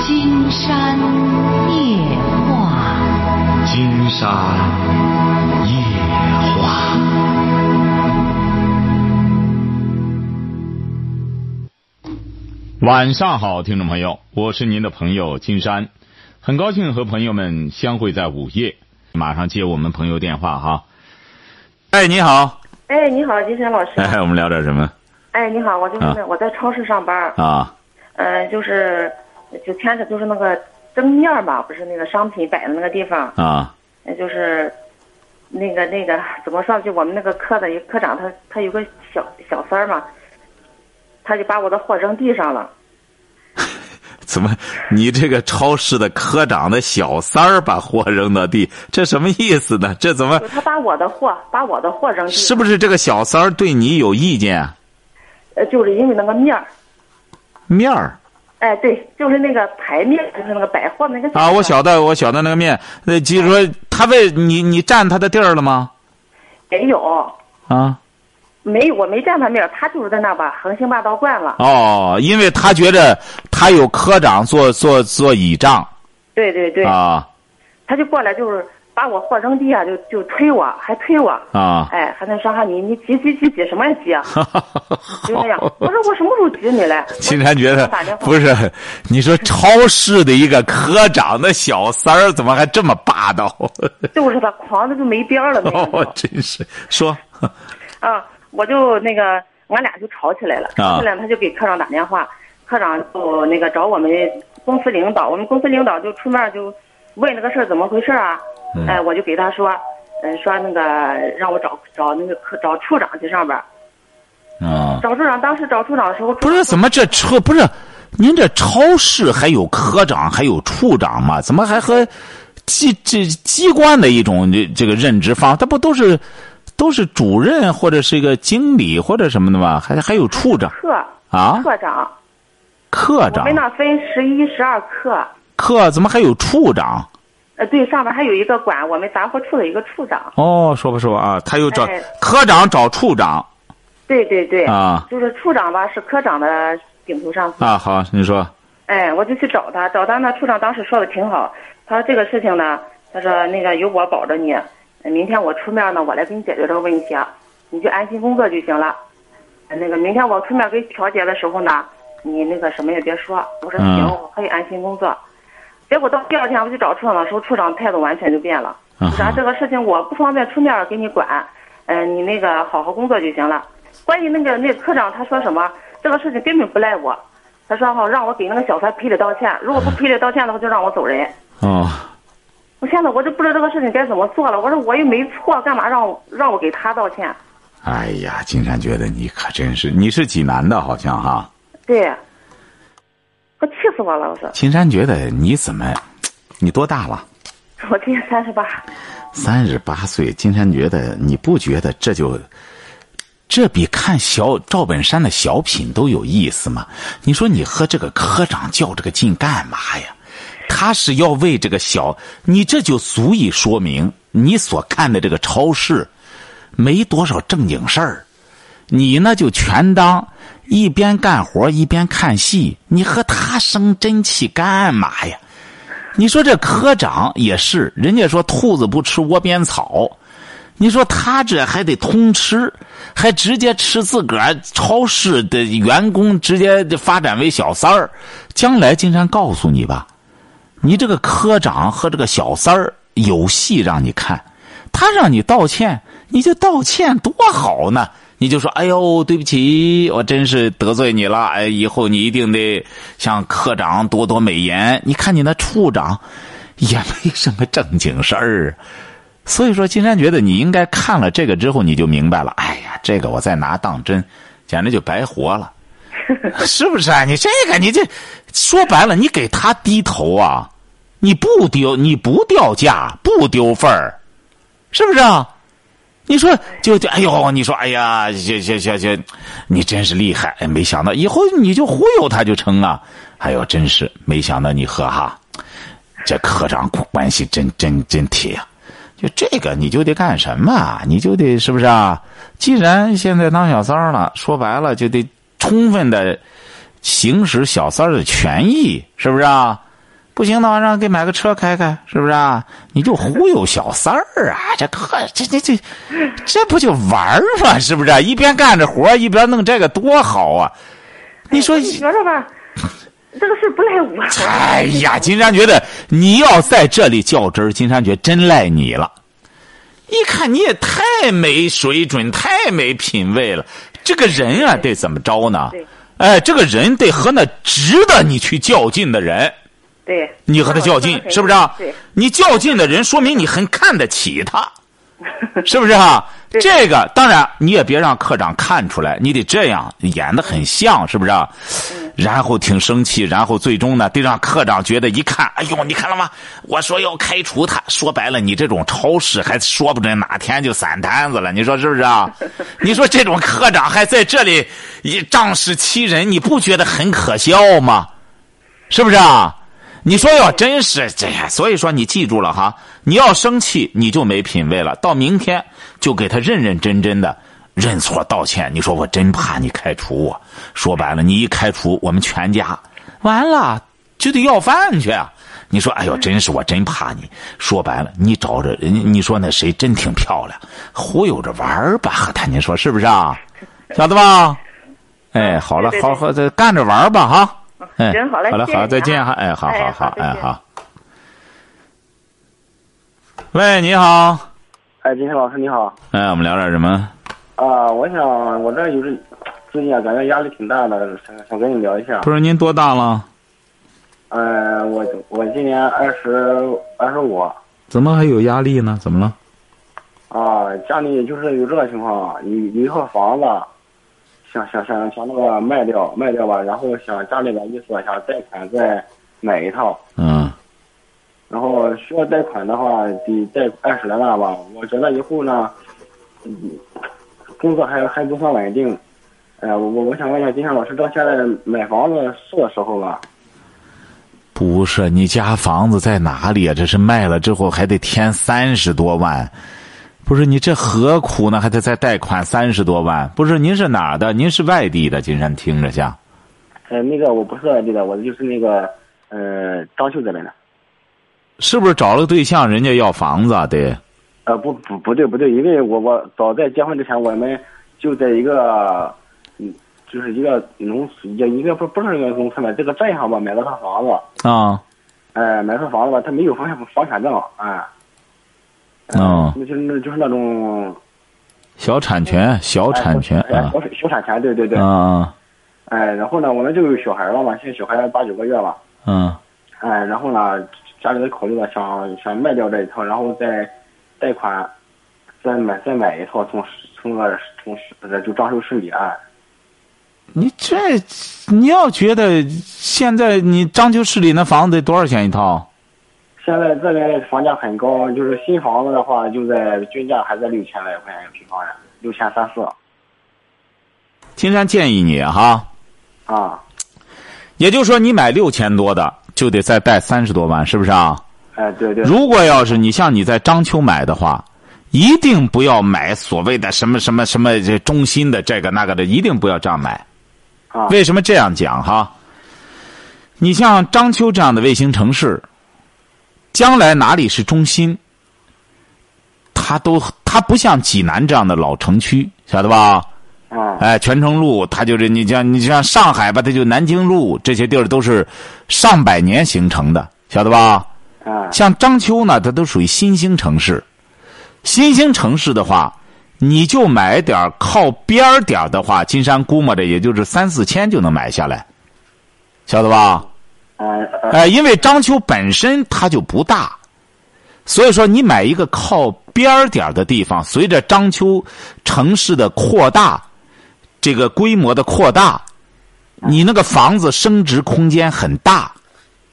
金山夜话，金山夜话。晚上好，听众朋友，我是您的朋友金山，很高兴和朋友们相会在午夜。马上接我们朋友电话哈。哎，你好，哎，你好，金山老师。 哎，我们聊点什么哎，你好，我就是那、我在超市上班儿，啊？嗯、就是就牵扯就是那个灯面儿吧，不是那个商品摆的那个地方，啊呃就是那个那个怎么说？就我们那个科的一个科长他，他有个小小三儿嘛，他就把我的货扔地上了。怎么，你这个超市的科长的小三儿把货扔到地，这什么意思呢？这怎么就他把我的货，把我的货扔地是上，不是这个小三儿对你有意见啊？呃，就是因为那个面儿，面儿哎，对，就是那个牌面，就是那个摆货的那个地啊，方我晓得，我晓得那个面，呃，就是说他为你你占他的地儿了吗？没有，啊，没有我没占他面儿，他就是在那把横行霸道惯了。哦，因为他觉着他有科长做做做倚仗对对对，啊他就过来就是把我货扔地下，就就推我，还推我，啊， 哎，还能伤害你，你急急急急什么呀急啊？就那样，好我说 我什么时候急你了？金山觉得我打电话不是，你说超市的一个科长的小三儿怎么还这么霸道？就是他狂的就没边儿了那 哦种，真是说啊！我就那个俺俩就吵起来了，啊吵起来他就给科长打电话，科长就那个找我们公司领导，我们公司领导就出面就问那个事儿怎么回事啊？哎，我就给他说，嗯，说那个让我找找那个科找处长去上班儿，啊，找处长当时找处长的时候，不是怎么这车不是，您这超市还有科长还有处长嘛？怎么还和机这机关的一种这这个任职方？他不都是都是主任或者是一个经理或者什么的吗？还还有处长科啊，科长，科我长们那分十一、十二课，科怎么还有处长？呃，对，上面还有一个管我们杂货处的一个处长。哦，说吧说吧啊，他又找哎科长找处长对对对，啊就是处长吧，是科长的顶头上司。啊，好，你说哎，我就去找他，找他呢，处长当时说的挺好，他说这个事情呢，他说那个由我保着你，呃明天我出面呢，我来给你解决这个问题，啊你就安心工作就行了。呃那个明天我出面给你调解的时候呢，你那个什么也别说。我说嗯行，我可以安心工作。结果到第二天我去找处长的时候，处长态度完全就变了。嗯然后这个事情我不方便出面给你管，嗯、你那个好好工作就行了。关于那个那个科长，他说什么？这个事情根本不赖我，他说哈、让我给那个小三赔礼道歉，如果不赔礼道歉的话，就让我走人。哦，我现在我就不知道这个事情该怎么做了。我说我又没错，干嘛让我让我给他道歉？哎呀，金山觉得你可真是，你是济南的，好像哈、对，我气死我了！我说青山觉得你怎么，你多大了？我今年三十八，三十八岁。金山觉得你不觉得这就，这比看小赵本山的小品都有意思吗？你说你和这个科长较这个劲干嘛呀？他是要为这个小，你这就足以说明你所看的这个超市，没多少正经事儿。你呢就全当一边干活一边看戏，你和他生真气干嘛呀？你说这科长也是，人家说兔子不吃窝边草，你说他这还得通吃，还直接吃自个儿超市的员工，直接发展为小三儿。将来金山告诉你吧，你这个科长和这个小三儿有戏让你看，他让你道歉，你就道歉多好呢。你就说：“哎呦，对不起，我真是得罪你了。哎，以后你一定得向科长多多美言。你看你那处长，也没什么正经事儿。所以说，金山觉得你应该看了这个之后，你就明白了。哎呀，这个我再拿当真，简直就白活了，是不是啊？你这个，你这说白了，你给他低头啊，你不丢，你不掉价，不丢份儿，是不是啊？你说就就哎呦，你说哎呀，这这这这，你真是厉害！哎没想到以后你就忽悠他就成了。哎呦，真是没想到你和哈这科长关系真真真铁啊！就这个你就得干什么啊？你就得是不是啊？既然现在当小三儿了，说白了就得充分的行使小三儿的权益，是不是啊？不行的话，让给买个车开开，是不是啊？你就忽悠小三儿啊，这可这这这，这不就玩儿吗？是不是啊、一边干着活儿一边弄这个，多好啊！你说，你觉着吧，这个事不赖 我。哎呀，金山觉得你要在这里较真儿，金山觉得真赖你了。一看你也太没水准，太没品位了。这个人啊，得怎么着呢对？哎，这个人得和那值得你去较劲的人。对，你和他较劲，是不是啊？对，你较劲的人，说明你很看得 起他，是不是啊？对这个当然你也别让科长看出来，你得这样演的很像，是不是啊？嗯然后挺生气，然后最终呢，得让科长觉得一看，哎呦，你看了吗？我说要开除他，说白了，你这种超市还说不准哪天就散摊子了，你说是不是 啊？你说这种科长还在这里一仗势欺人，你不觉得很可笑吗？是不是啊？你说要真是这样，所以说你记住了哈，你要生气你就没品位了。到明天就给他认认真真的认错道歉。你说我真怕你开除我，说白了你一开除我们全家完了就得要饭去啊。你说嗯哎呦，真是我真怕你。说白了，你找着人，你说那谁真挺漂亮，忽悠着玩儿吧和他，你说是不是啊？晓得吧？哎，好了对，对好好的干着玩儿吧哈。哎，行好嘞好了，谢谢好，你再见啊哈，哎，好哎好好好，再哎，见好。喂，你好，哎，金山老师你好哎，我们聊点什么？啊、我想我这有时最近啊，感觉压力挺大的，想想跟你聊一下。不是您多大了？嗯、我我今年二十二十五怎么还有压力呢？怎么了？啊，家里就是有这个情况，啊有有一套房子，想想想想那个卖掉卖掉吧，然后想家里边意思想贷款再买一套，嗯，然后需要贷款的话得贷二十来万吧。我觉得以后呢，嗯，工作还还不算稳定。哎、我我我想问一下金山老师，到现在买房子是个时候吧？不是，你家房子在哪里啊？这是卖了之后还得添三十多万，不是你这何苦呢？还得再贷款三十多万？不是，您是哪儿的？您是外地的？金山听着像。呃，那个我不是外地的，我就是那个呃章丘这边的。是不是找了个对象，人家要房子啊得？呃，不不不对不对，因为我我早在结婚之前，我们就在一个嗯，就是一个农也一个不不是一个农村吧，这个镇上吧买了套房子，啊，哎、买套房子吧，他没有房产房产证，哎、哦，那就是那就是那种小产权，小产权哎啊小小产权，对对对，啊哎，然后呢，我们就有小孩了嘛，现在小孩八九个月了，嗯哎，然后呢，家里头考虑了想想卖掉这一套，然后再贷款，再买再买一套从从个从呃就漳州市里哎，你这你要觉得现在你章丘市里那房子得多少钱一套？现在这边房价很高，就是新房子的话，就在均价还在六千来块钱一平方呀，六千三四金山建议你哈，啊，也就是说你买六千多的就得再贷三十多万，是不是啊？哎，对对，如果要是你像你在章丘买的话，一定不要买所谓的什么什么什么这中心的这个那个的，一定不要这样买。啊为什么这样讲哈？你像章丘这样的卫星城市，将来哪里是中心？它都它不像济南这样的老城区，晓得吧？啊哎，泉城路，它就是你像你像上海吧，它就南京路这些地儿都是上百年形成的，晓得吧？啊像章丘呢，它都属于新兴城市。新兴城市的话，你就买点儿靠边儿点儿的话，金山估摸着也就是三四千就能买下来，晓得吧？哎呃哎哎，因为章丘本身它就不大，所以说你买一个靠边儿点儿的地方，随着章丘城市的扩大，这个规模的扩大，你那个房子升值空间很大，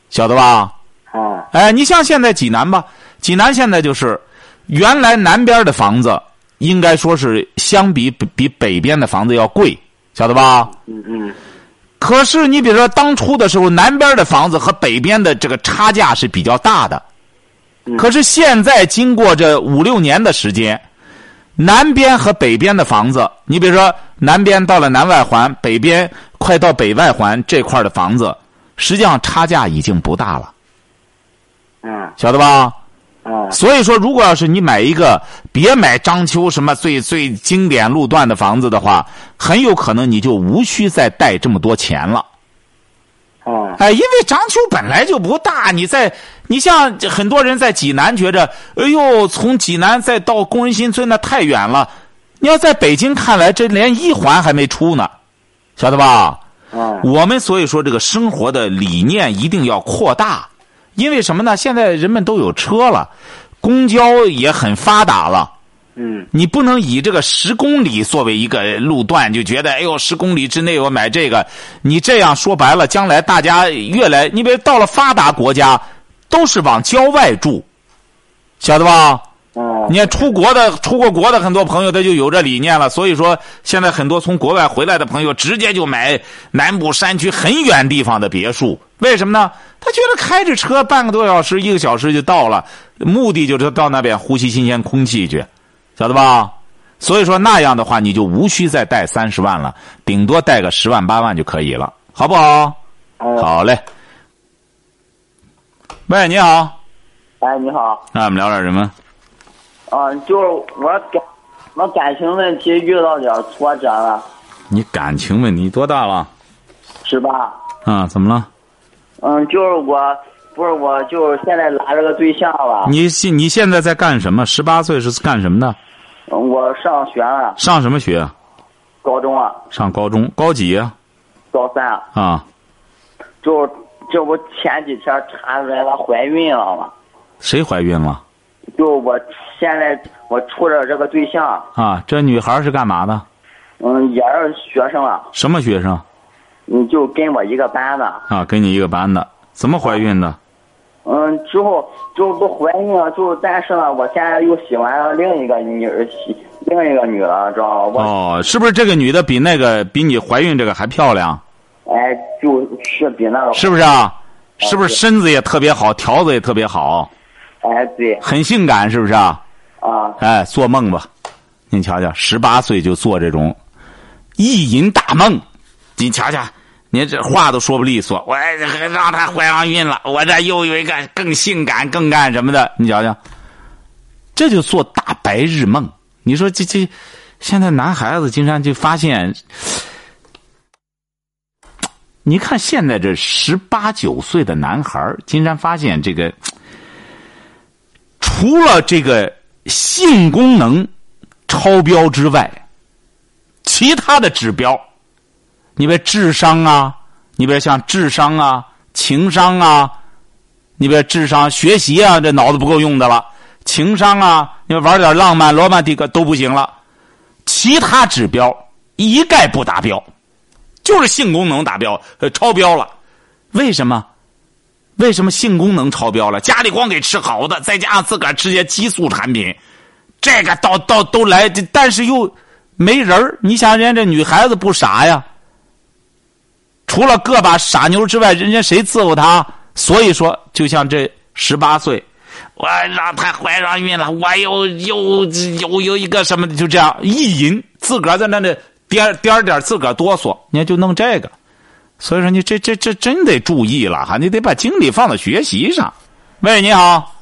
晓得吧？啊哎，你像现在济南吧，济南现在就是，原来南边的房子应该说是相比比比北边的房子要贵，晓得吧？嗯嗯可是你比如说当初的时候，南边的房子和北边的这个差价是比较大的，嗯可是现在经过这五六年的时间，南边和北边的房子，你比如说南边到了南外环，北边快到北外环这块儿的房子，实际上差价已经不大了。嗯晓得吧？啊所以说，如果要是你买一个，别买章丘什么最最经典路段的房子的话，很有可能你就无需再带这么多钱了。啊哎，因为章丘本来就不大，你在你像很多人在济南觉着，哎呦，从济南再到工人新村那太远了。你要在北京看来，这连一环还没出呢，晓得吧？啊我们所以说这个生活的理念一定要扩大，因为什么呢？现在人们都有车了，公交也很发达了。嗯你不能以这个十公里作为一个路段，就觉得哎呦，十公里之内我买这个，你这样说白了，将来大家越来，你别到了发达国家，都是往郊外住，晓得吧？啊你看出国的、出过国的很多朋友，他就有这理念了。所以说，现在很多从国外回来的朋友，直接就买南部山区很远地方的别墅。为什么呢？他觉得开着车半个多小时、一个小时就到了，目的就是到那边呼吸新鲜空气去，晓得吧？所以说那样的话，你就无需再贷三十万了，顶多贷个十万八万就可以了，好不好？哦好嘞。喂，你好，哎，你好，那我们聊点什么？啊、就是我感我感情问题遇到点挫折了，你感情问题多大了？是吧？啊，怎么了？嗯，就是我不是我就是现在拿着个对象了，你现你现在在干什么？十八岁是干什么的？嗯我上学了，上什么学？高中啊，上高中高几啊？高三啊，啊，就是这不前几天查出来她怀孕了嘛，谁怀孕了？就我现在我处着这个对象，啊，这女孩是干嘛的？嗯，也是学生啊，什么学生？嗯，就跟我一个班的，啊，跟你一个班的，怎么怀孕的？嗯，之后就不怀孕了，就但是呢，我现在又喜欢上另一个女儿，喜另一个女的，知道吗？哦，是不是这个女的比那个比你怀孕这个还漂亮？我哎，就是比那个是不是啊？嗯是不是身子也特别好，条子也特别好，哎对很性感，是不是啊？啊，哎，做梦吧，您瞧瞧，十八岁就做这种意淫大梦，你瞧瞧，您这话都说不利索。我这让她怀上孕了，我这又有一个更性感、更干什么的，你瞧瞧，这就做大白日梦。你说这这，现在男孩子经常就发现，你看现在这十八九岁的男孩儿经常发现这个。除了这个性功能超标之外，其他的指标，你别智商啊，你别像智商啊、情商啊，你别智商学习啊，这脑子不够用的了，情商啊，你别玩点浪漫罗曼蒂克都不行了，其他指标一概不达标，就是性功能达标，呃，超标了，为什么？为什么性功能超标了？家里光给吃好的，再加上自个儿吃些激素产品，这个到到都来，这但是又没人儿。你想，人家这女孩子不傻呀，除了个把傻妞之外，人家谁伺候她？所以说，就像这十八岁，我让她怀上孕了，我又又又有一个什么的，就这样意淫，自个儿在那里颠颠点儿自个儿哆嗦，你看就弄这个。所以说你这这这真得注意了哈，你得把精力放到学习上。喂，你好，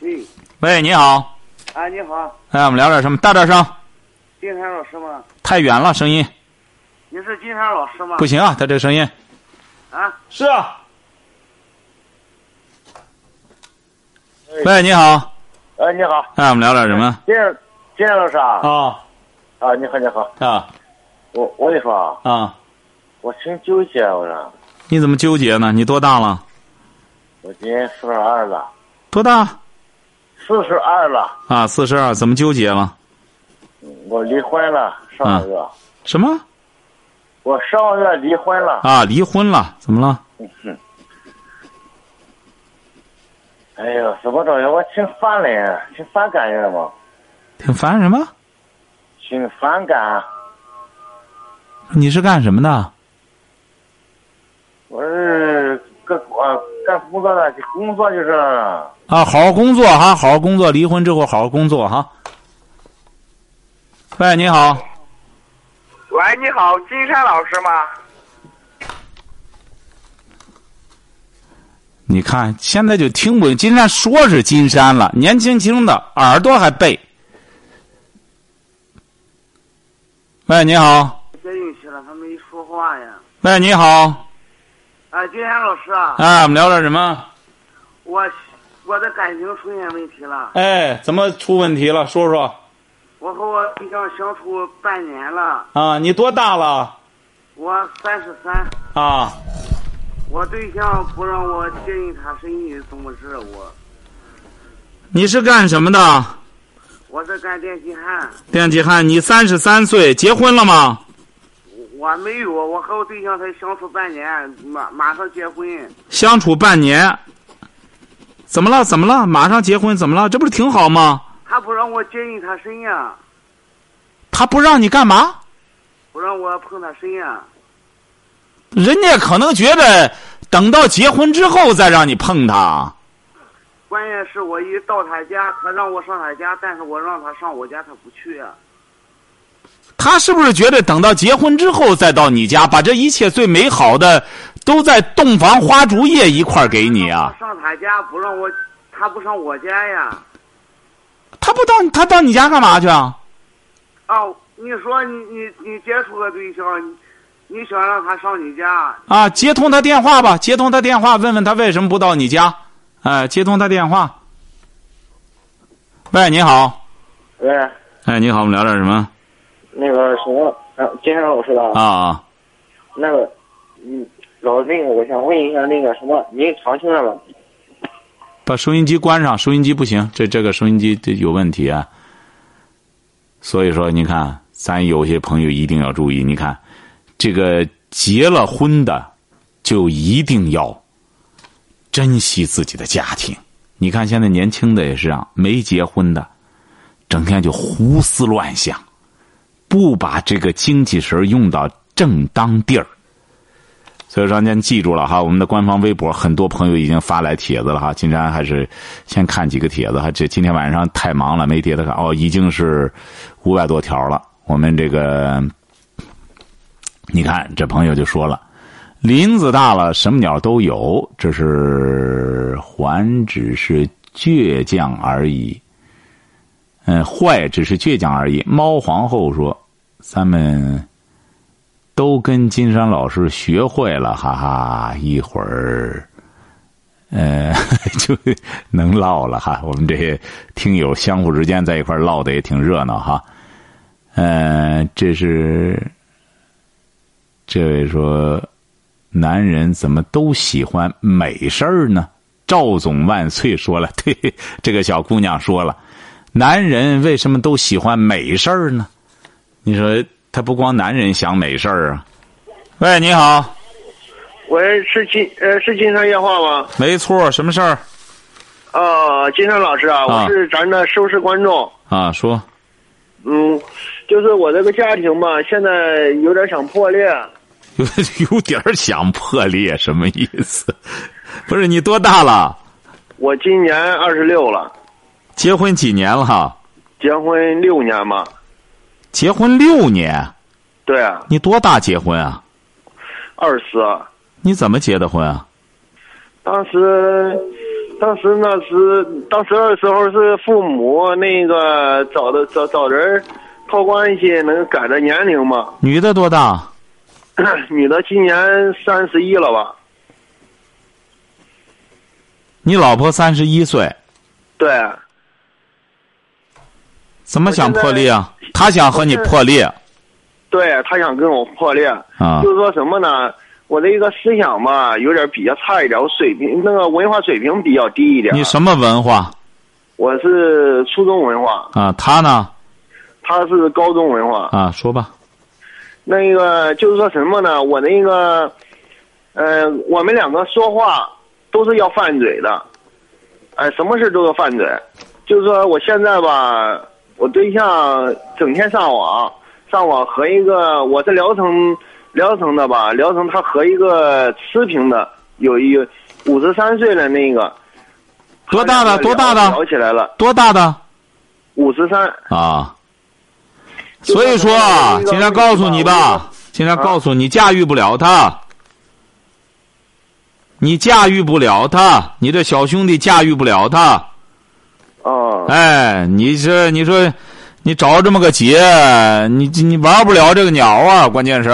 喂，喂，你好，啊，你好，哎，我们聊点什么？大点声，金山老师吗？太远了，声音你是金山老师吗？不行啊，他这声音啊，是啊。喂，你好，呃，你好，哎，我们聊点什么？金山金山老师啊，啊啊，你好，你好，啊我我跟你说啊，啊！我挺纠结，我说，你怎么纠结呢？你多大了？我今年四十二了，多大四十二了，啊？四十二，怎么纠结了？啊我离婚了，上个月，什么我上个月离婚了，啊？离婚了？怎么了？哎呦，怎么着呀？我挺烦人，挺反感人的嘛，挺烦什么？挺反感，你是干什么的？我是干我干工作的，工作就是，啊，好好工作哈，好好工作，离婚之后好好工作哈。喂，你好，喂，你好，金山老师吗？你看现在就听不，金山说是金山了，年轻轻的耳朵还背。喂，你好，接进去了，他没说话呀。喂，你好，啊，金山老师啊，哎，我们聊点什么？我我的感情出现问题了，哎，怎么出问题了？说说我和我对象相处半年了，啊，你多大了？我三十三，啊，我对象不让我接近他身体，怎么治我？你是干什么的？我是干电气焊，电气焊，你三十三岁，结婚了吗？我没有，我和我对象才相处半年，马马上结婚，相处半年，怎么了？怎么了？马上结婚，怎么了？这不是挺好吗？他不让我接近他啊身呀，他不让你干嘛？不让我碰他啊身呀。人家可能觉得等到结婚之后再让你碰他。关键是我一到他家，他让我上他家，但是我让他上我家，他不去啊。他是不是觉得等到结婚之后再到你家，把这一切最美好的都在洞房花烛夜一块儿给你啊？上他家不让我，他不上我家呀。他不到他到你家干嘛去啊？啊，你说你你你接触个对象，你你想让他上你家，啊，接通他电话吧，接通他电话，问问他为什么不到你家。哎，接通他电话。喂，你好。喂，哎，你好，我们聊点什么？那个什么，啊，金山老师的，啊啊，那个，嗯，老那个，我想问一下那个什么，您长青了吗？把收音机关上，收音机不行，这这个收音机这有问题啊。所以说，你看，咱有些朋友一定要注意，你看，这个结了婚的，就一定要珍惜自己的家庭。你看现在年轻的也是啊，没结婚的，整天就胡思乱想，不把这个精气神儿用到正当地儿。所以说，您记住了哈，我们的官方微博，很多朋友已经发来帖子了哈。金山还是先看几个帖子哈，这今天晚上太忙了，没帖子看哦，已经是五百多条了。我们这个，你看这朋友就说了，林子大了，什么鸟都有，这是还只是倔强而已。嗯，坏只是倔强而已。猫皇后说，咱们。都跟金山老师学会了，哈哈，一会儿，呃， 就能唠了哈。我们这些听友相互之间在一块儿唠的也挺热闹哈。呃，这是这位说，男人怎么都喜欢美事儿呢？赵总万岁说了， 对这个小姑娘说了，男人为什么都喜欢美事儿呢？你说他不光男人想美事儿啊。喂，你好，喂，是金呃是金山夜话吗？没错，什么事儿啊、金山老师啊，啊我是咱的收视观众。啊？说 嗯，就是我这个家庭吧，现在有点想破裂。有有点儿想破裂，什么意思？不是你多大了？我今年二十六了，结婚几年了？结婚六年嘛。结婚六年，对，你多大结婚啊？二十。你怎么结的婚啊？当时，当时那时，当时的时候是父母那个找的找找人套关系，能改着年龄嘛。 女的多大？女的今年三十一了吧？你老婆三十一岁，对。啊怎么想我现在破裂啊？她想和你我是破裂对他想跟我破裂，啊就是说什么呢？我这个思想吧，有点比较差一点，我水平那个文化水平比较低一点。你什么文化我是初中文化，啊？她呢？他是高中文化。啊，说吧。那个就是说什么呢？我那个，呃，我们两个说话都是要犯嘴的，哎、什么事都要犯嘴。就是说我现在吧，我对象整天上网，上网和一个我是聊城聊城的吧，聊城他和一个持平的有有五十三岁的那个，多大的他俩多大的聊起来了，多大的？五十三。啊。就所以是说可啊，能今那天个告诉你我觉吧，今天啊告诉你驾驭不了他。你驾驭不了他，你这小兄弟驾驭不了他。啊，哎，你这你说，你找这么个姐，你你玩不了这个鸟啊！关键是，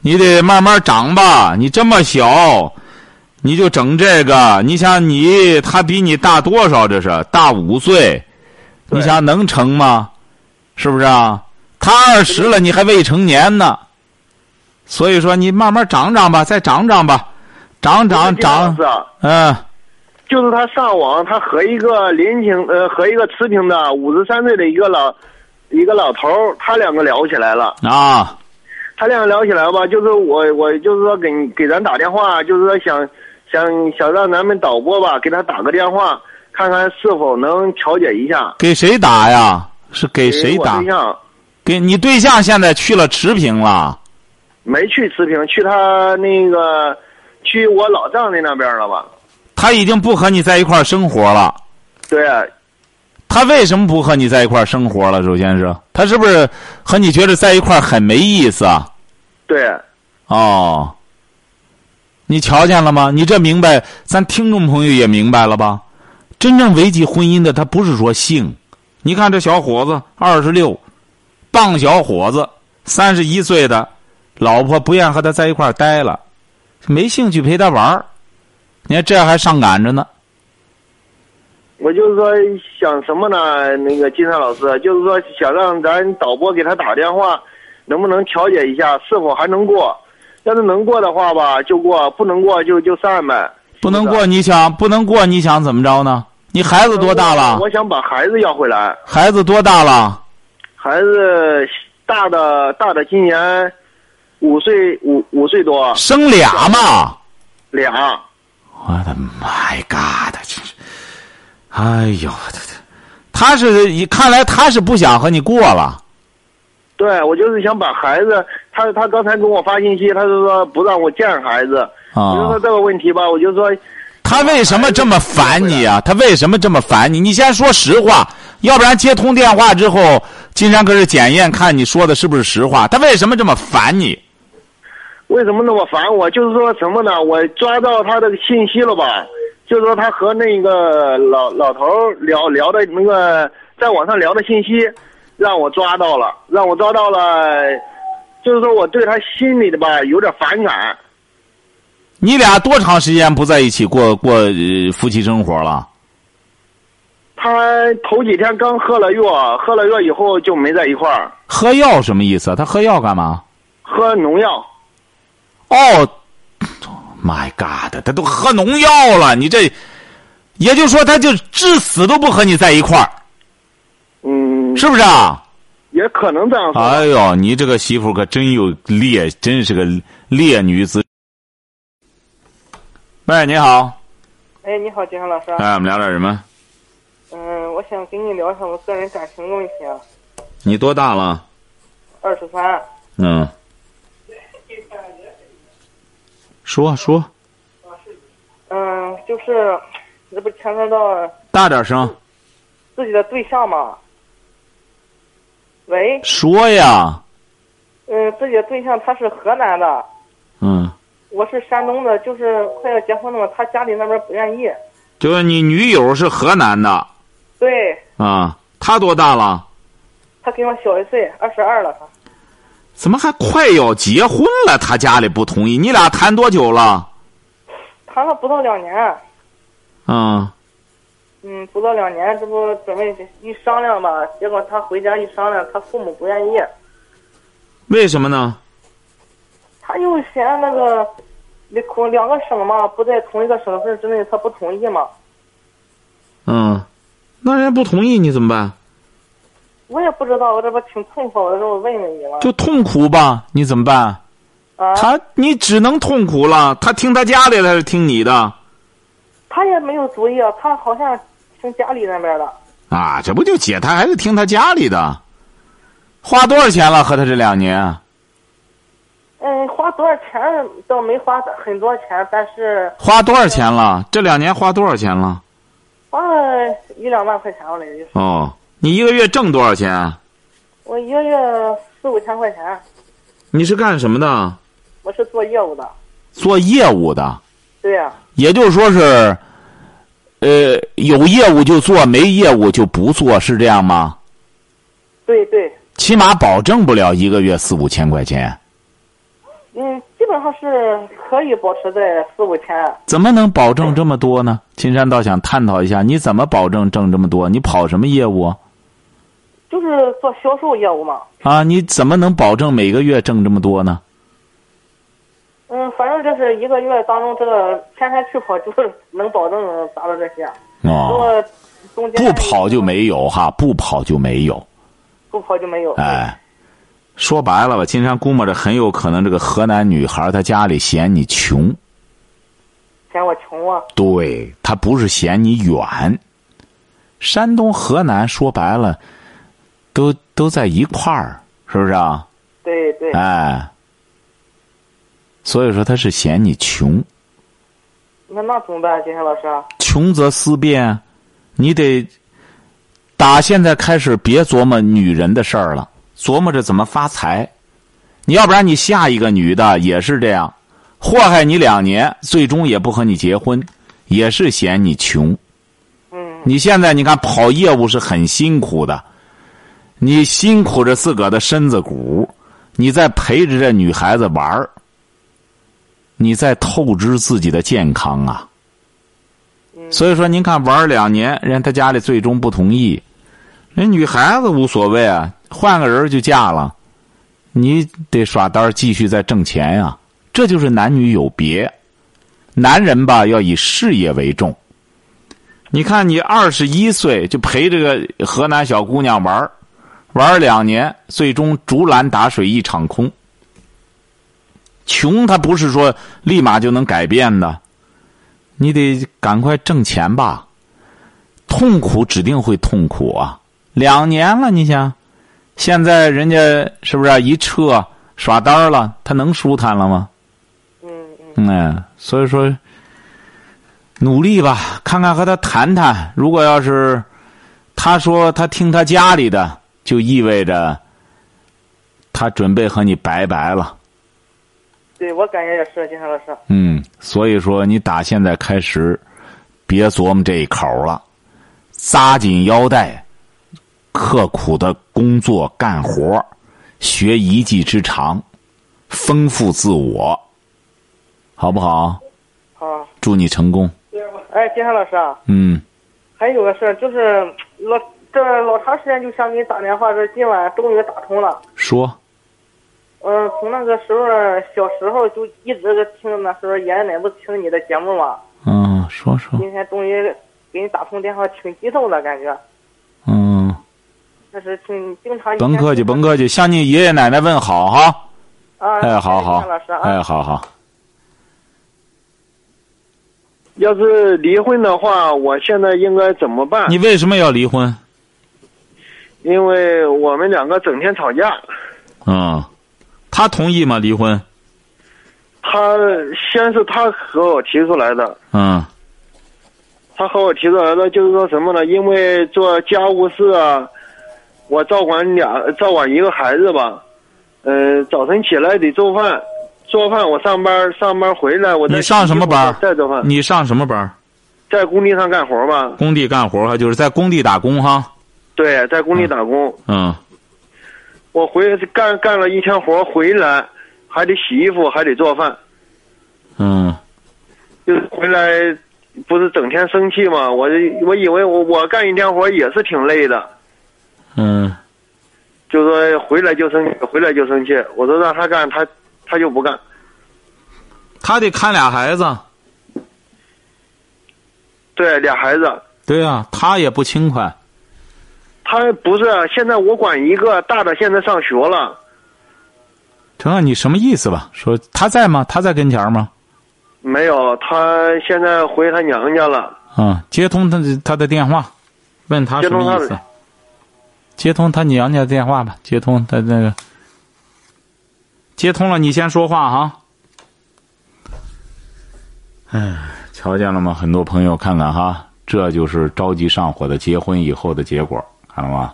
你得慢慢长吧。你这么小，你就整这个，你想你他比你大多少？这是大五岁，你想能成吗？是不是啊？他二十了，你还未成年呢。所以说，你慢慢长长吧，再长长吧，长长长是，啊，嗯。就是他上网，他和一个临平呃和一个持平的五十三岁的一个老一个老头儿，他两个聊起来了。啊，他俩聊起来吧，就是我我就是说给你给咱打电话，就是说想想想让咱们导播吧给他打个电话，看看是否能调解一下。给谁打呀？是给谁我打对？象给你对象现在去了持平了没去持平，去他那个去我老丈人那边了吧？他已经不和你在一块儿生活了。对，啊他为什么不和你在一块儿生活了？首先是他是不是和你觉得在一块儿很没意思啊？对，哦，你瞧见了吗？你这明白，咱听众朋友也明白了吧？真正维系婚姻的，他不是说性。你看这小伙子，二十六，棒小伙子，三十一岁的，老婆不愿和他在一块儿待了，没兴趣陪他玩儿。你看这还上赶着呢。我就是说想什么呢？那个金山老师，就是说想让咱导播给他打电话，能不能调解一下，是否还能过？要是能过的话吧，就过；不能过就就散呗。不能是过，你想不能过，你想怎么着呢？你孩子多大了？我想把孩子要回来，孩子多大了？孩子大的大的今年五岁五五岁多生俩嘛。俩，我的妈呀，God！真是，哎呦，我的天，他是看来他是不想和你过了。对我就是想把孩子，他他刚才给我发信息，他就说不让我见孩子。啊你就说这个问题吧，我就说他为什么这么烦你啊？他为什么这么烦你？你先说实话，要不然接通电话之后，金山可是检验看你说的是不是实话。他为什么这么烦你？为什么那么烦我？就是说什么呢？我抓到他的信息了吧？就是说他和那个老老头儿聊聊的那个在网上聊的信息，让我抓到了，让我抓到了。就是说我对他心里的吧有点反感，你俩多长时间不在一起过过、呃夫妻生活了？他头几天刚喝了药，喝了药以后就没在一块儿，喝药什么意思啊？他喝药干嘛？喝农药。哦，My God，他都喝农药了，你这，也就是说，他就至死都不和你在一块儿，嗯，是不是啊？也可能这样说。哎呦，你这个媳妇可真有烈，真是个烈女子。喂，你好，哎，你好，金山老师。哎，我们聊点什么？嗯，我想跟你聊一下我个人感情问题啊。你多大了？二十三，嗯，说说，嗯，就是这不牵扯到大点声，自己的对象嘛。喂，说呀，嗯，自己的对象他是河南的，嗯，我是山东的，就是快要结婚了嘛，他家里那边不愿意。就是你女友是河南的对啊，她多大了？他跟我小一岁，二十二了他。怎么还快要结婚了？他家里不同意。你俩谈多久了？谈了不到两年，嗯，嗯，不到两年，这不准备一商量嘛，结果他回家一商量，他父母不愿意。为什么呢？他又嫌那个离空两个省嘛不在同一个省份之内，他不同意嘛。嗯，那人家不同意，你怎么办？我也不知道，我这不挺痛苦的，这我问问你了。就痛苦吧，你怎么办？啊，他，你只能痛苦了。他听他家里的还是听你的？他也没有主意啊，他好像听家里那边的。啊，这不就姐，他还是听他家里的。花多少钱了？和他这两年，嗯，花多少钱倒没花很多钱，但是花多少钱了？这两年花多少钱了？花了一两万块钱我来着，哦，你一个月挣多少钱？啊我一个月四五千块钱，你是干什么的？我是做业务的，做业务的。对呀、也就是说是，呃，有业务就做，没业务就不做，是这样吗？对对，起码保证不了一个月四五千块钱，嗯，基本上是可以保持在四五千。怎么能保证这么多呢？金山倒想探讨一下，你怎么保证挣这么多？你跑什么业务就是做销售业务嘛。啊？你怎么能保证每个月挣这么多呢？嗯，反正这是一个月当中，这个天天去跑，就是能保证达到这些。如哦，果中间不跑就没有哈，不跑就没有。不跑就没有。哎，说白了吧，金山估摸着很有可能这个河南女孩她家里嫌你穷，嫌我穷啊，对她不是嫌你远。山东、河南说白了，都都在一块儿，是不是啊？对对，哎，所以说她是嫌你穷，那那怎么办，金山老师？啊穷则思变，你得打现在开始别琢磨女人的事儿了，琢磨着怎么发财。你要不然你下一个女的也是这样，祸害你两年，最终也不和你结婚，也是嫌你穷。嗯，你现在你看跑业务是很辛苦的，你辛苦着自个儿的身子骨，你在陪着这女孩子玩儿，你在透支自己的健康啊。所以说，您看玩儿两年，人他家里最终不同意，人女孩子无所谓啊，换个人儿就嫁了，你得耍单儿继续再挣钱呀、啊这就是男女有别，男人吧要以事业为重。你看，你二十一岁就陪这个河南小姑娘玩儿玩儿两年，最终竹篮打水一场空。穷，他不是说立马就能改变的。你得赶快挣钱吧，痛苦指定会痛苦啊！两年了，你想，现在人家是不是一撤耍单儿了？他能舒坦了吗？嗯嗯。所以说，努力吧，看看和他谈谈。如果要是他说他听他家里的，就意味着他准备和你拜拜了。对我感觉也是，金山老师。嗯，所以说你打现在开始，别琢磨这一口了，扎紧腰带，刻苦的工作干活，学一技之长，丰富自我，好不好？好，祝你成功。哎，金山老师啊，嗯，还有个事儿，就是老这老长时间就想给你打电话，这今晚终于打通了。说嗯，从那个时候小时候就一直听那时候爷爷奶奶不听你的节目嘛，嗯，说说今天终于给你打通电话，挺激动的感觉。嗯，那是挺经常。甭客气，甭客气，向你爷爷奶奶问好哈。啊，哎，好好谢谢老师，啊，哎，好好。要是离婚的话，我现在应该怎么嗯办你？为什么要离婚？因为我们两个整天吵架，嗯，他同意吗？离婚？他先是他和我提出来的，嗯他和我提出来的就是说什么呢？因为做家务事啊，我照管俩，照管一个孩子吧。嗯、早晨起来得做饭，做饭我上班，上班回来我再你上什么班再做饭，你上什么班儿？在工地上干活吧。工地干活哈，啊就是在工地打工哈。对，在工地打工。嗯，我回干干了一天活回来，还得洗衣服，还得做饭，嗯，就是回来不是整天生气嘛？我就我以为我我干一天活也是挺累的，嗯，就说回来就生气，回来就生气。我说让他干，他他就不干。他得看俩孩子。对，俩孩子，对啊，他也不轻快。他不是现在我管一个大的，现在上学了，成啊，你什么意思吧？说他在吗？他在跟前儿吗？没有，他现在回他娘家了。啊、接通他的他的电话，问他什么接意通他思的？接通他娘家的电话吧，接通他那个。接通了，你先说话哈。哎，瞧见了吗？很多朋友看看哈，这就是着急上火的结婚以后的结果，看到吗？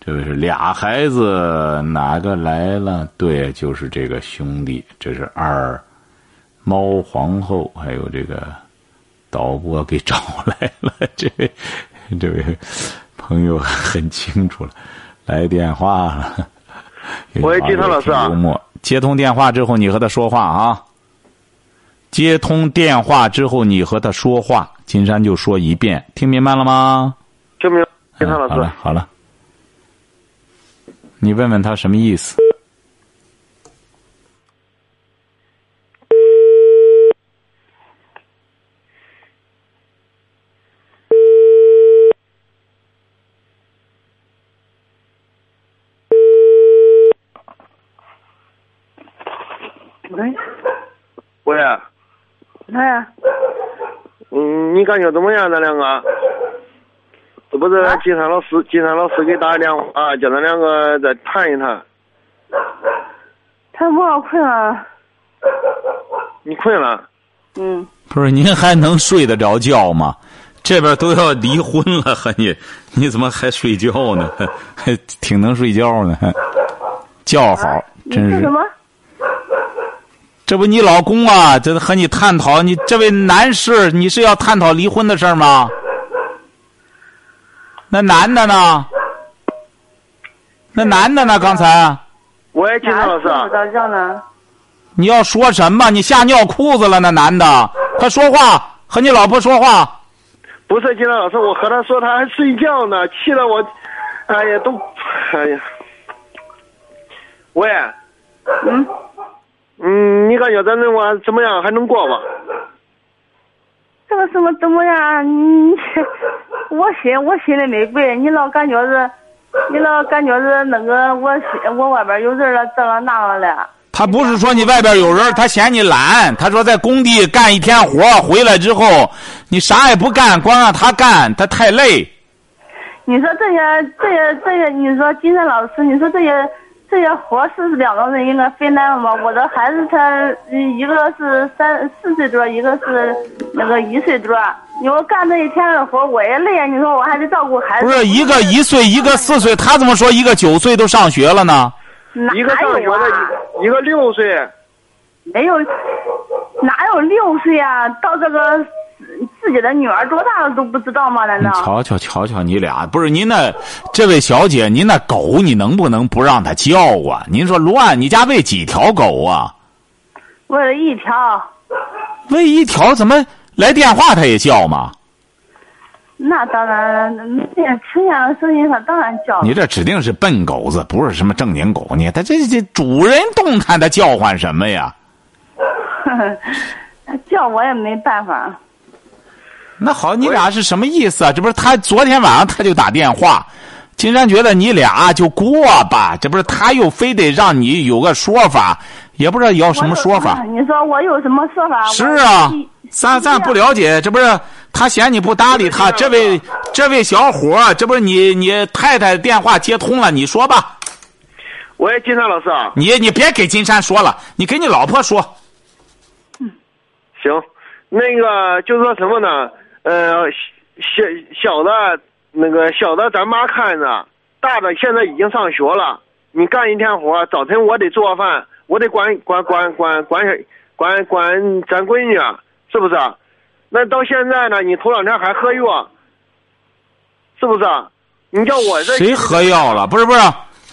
这位是俩孩子，哪个来了？对，就是这个兄弟，这是二猫皇后，还有这个导播给找来了。这位这位朋友很清楚了，来电话了。 喂，金山老师啊，接通电话之后，你和他说话啊。接通电话之后，你和他说话，金山就说一遍，听明白了吗？听明白，金山老师、嗯。好了，好了，你问问他什么意思。喂，喂，哎，嗯，你感觉怎么样？咱两个，这不是金山老师，金山老师给打电话、啊，叫咱两个再谈一谈。他不我困了。你困了？嗯。不是，您还能睡得着觉吗？这边都要离婚了，还你，你怎么还睡觉呢？ 还挺能睡觉呢，觉好，啊、真是。什么？这不你老公啊？这和你探讨，你这位男士，你是要探讨离婚的事儿吗？那男的呢？那男的呢？刚才，喂，金山老师，你要说什么？你吓尿裤子了？那男的，快说话，和你老婆说话。不是金山老师，我和他说他还睡觉呢，气得我，哎呀都，哎呀，喂，嗯。嗯，你感觉咱这我怎么样？还能过吧？这个什么怎么样？你我心我心里没鬼，你老感觉是，你老感觉是那个我我外边有人了，这个那个了。他不是说你外边有人，他嫌你懒。他说在工地干一天活回来之后，你啥也不干，光让他干，他太累。你说这些这些这些，你说金山老师，你说这些。这些活是两个人应该分担吗？我的孩子他一个是三四岁多，一个是那个一岁多。你说干这一天的活我也累，你说我还得照顾孩子。哎不是一个一岁，一个四岁，他怎么说一个九岁都上学了呢？哪一个上学的，一个六岁。没有，哪有六岁啊？到这个自己的女儿多大了都不知道吗？难道？瞧瞧瞧瞧，你俩不是您那这位小姐，您那狗你能不能不让它叫啊？您说乱，你家喂几条狗啊？喂了一条。喂一条怎么来电话它也叫吗？那当然，那听见了声音它当然叫。你这指定是笨狗子，不是什么正经狗呢？它这这主人动弹，它叫唤什么呀？ 叫我也没办法。那好，你俩是什么意思啊？这不是他昨天晚上他就打电话，金山觉得你俩就过吧，这不是他又非得让你有个说法，也不知道要什么说法。你说我有什么说法？是啊，咱咱不了解，这不是他嫌你不搭理他。这位这位小伙，这不是你你太太电话接通了，你说吧。喂，金山老师啊，你你别给金山说了，你给你老婆说。嗯，行，那个就说什么呢？呃，小小的，那个小的，咱妈看着；大的现在已经上学了。你干一天活，早晨我得做饭，我得管管管管管管管咱闺女，啊是不是？那到现在呢，你头两天还喝药，是不是？啊你叫我这谁喝药了？不是不是，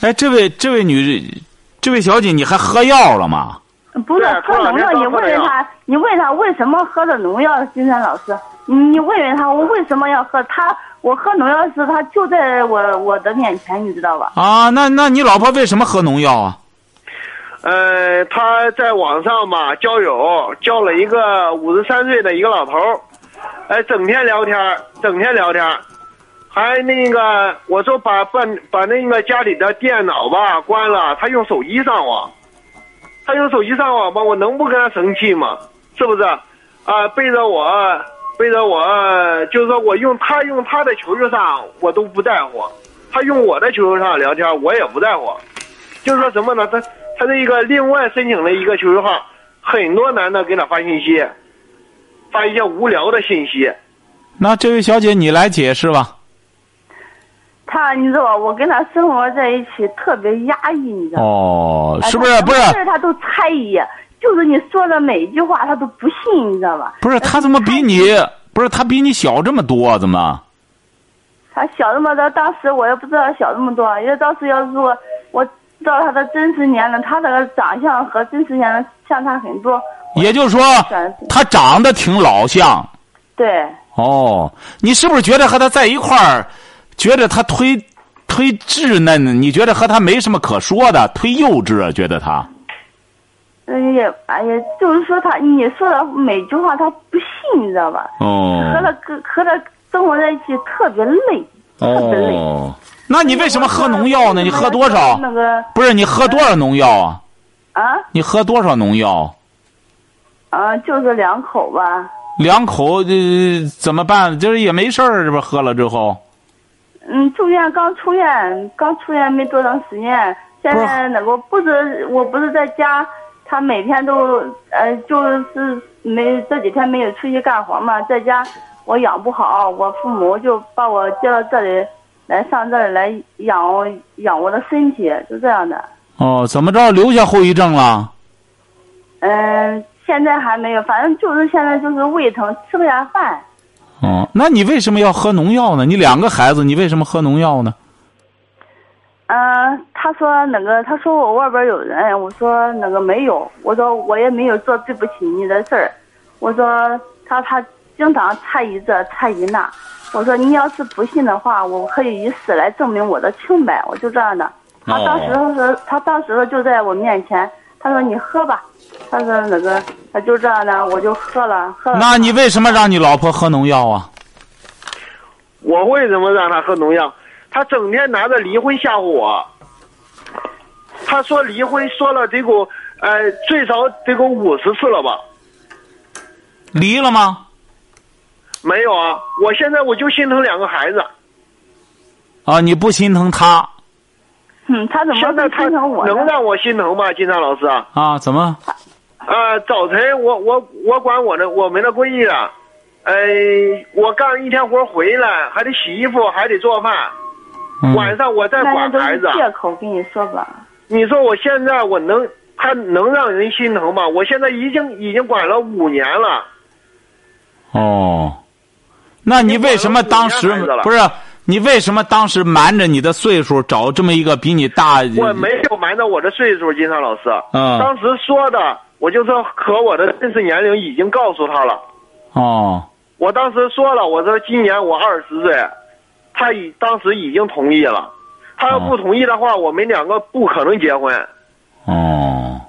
哎，这位这位女，这位小姐，你还喝药了吗？不是喝农药，你问问他，你问他为什么喝的农药？金山老师，你问问他，我为什么要喝？他我喝农药时，他就在我我的面前，你知道吧？啊，那那你老婆为什么喝农药啊？呃，他在网上吧交友，交了一个五十三岁的一个老头儿，哎、呃，整天聊天，整天聊天，还那个我说把把把那个家里的电脑吧关了，他用手机上网。他用手机上网吧，我能不跟他生气吗？是不是？啊、呃，背着我，背着我，就是说我用他用他的球球上，我都不在乎；他用我的球球上聊天，我也不在乎。就是说什么呢？他他这一个另外申请了一个球球号，很多男的给他发信息，发一些无聊的信息。那这位小姐，你来解释吧。他，你知道，我跟他生活在一起特别压抑，你知道吗？哦哎哦，是不是？不是，他都猜疑，就就是你说的每一句话他都不信，你知道吧？不是他怎么比你不是他比你小这么多？啊怎么？他小这么多，当时我也不知道小这么多，啊因为当时要如果我知道他的真实年龄，他这个长相和真实年龄相差很多。也就是说，他长得挺老相。对，哦，你是不是觉得和他在一块儿，觉得他忒忒稚嫩？你觉得和他没什么可说的，忒幼稚？啊觉得他？嗯也哎呀，就是说他你说的每句话他不信，你知道吧？和哦他跟和他生活在一起特别累。哦，那你为什么喝农药呢？你喝多少？那个不是你喝多少农药啊？啊你喝多少农药？啊，就是两口吧。两口呃怎么办？就是也没事儿，这不喝了之后，嗯，住院刚出院，刚出院没多长时间。现在那个不是，我不是在家，他每天都呃，就是没这几天没有出去干活嘛，在家我养不好，我父母就把我接到这里来上这里来养我养我的身体，就这样的。哦，怎么着留下后遗症了？嗯、现在还没有，反正就是现在就是胃疼，吃不下饭。嗯哦，那你为什么要喝农药呢？你两个孩子，你为什么喝农药呢？嗯，他说那个，他说我外边有人，我说那个没有，我说我也没有做对不起你的事儿，我说他他经常猜疑这猜疑那，我说你要是不信的话，我可以以死来证明我的清白，我就这样的。他当时他说他当时就在我面前，他说你喝吧，他说那个他就这样的，我就喝了喝了。那你为什么让你老婆喝农药啊？我为什么让他喝农药？他整天拿着离婚吓唬我。他说离婚说了得有呃最少得有五十次了吧？离了吗？没有啊，我现在我就心疼两个孩子。啊，你不心疼他嗯，他怎么现在他能让我心疼吗？金山老师啊，啊？怎么？呃，早晨我我我管我的我们的闺女啊，呃，我干一天活回来还得洗衣服，还得做饭，晚上我再那管都孩是子。啊借口，跟你说吧。你说我现在我能还能让人心疼吗？我现在已经已经管了五年了，哦，那你为什么当时已经管了五年孩子了不是？你为什么当时瞒着你的岁数找这么一个比你大？我没有瞒着我的岁数，金山老师。嗯当时说的，我就说和我的真实年龄已经告诉他了。哦我当时说了，我说今年我二十岁，他已当时已经同意了。他要不同意的话，我们两个不可能结婚，哦，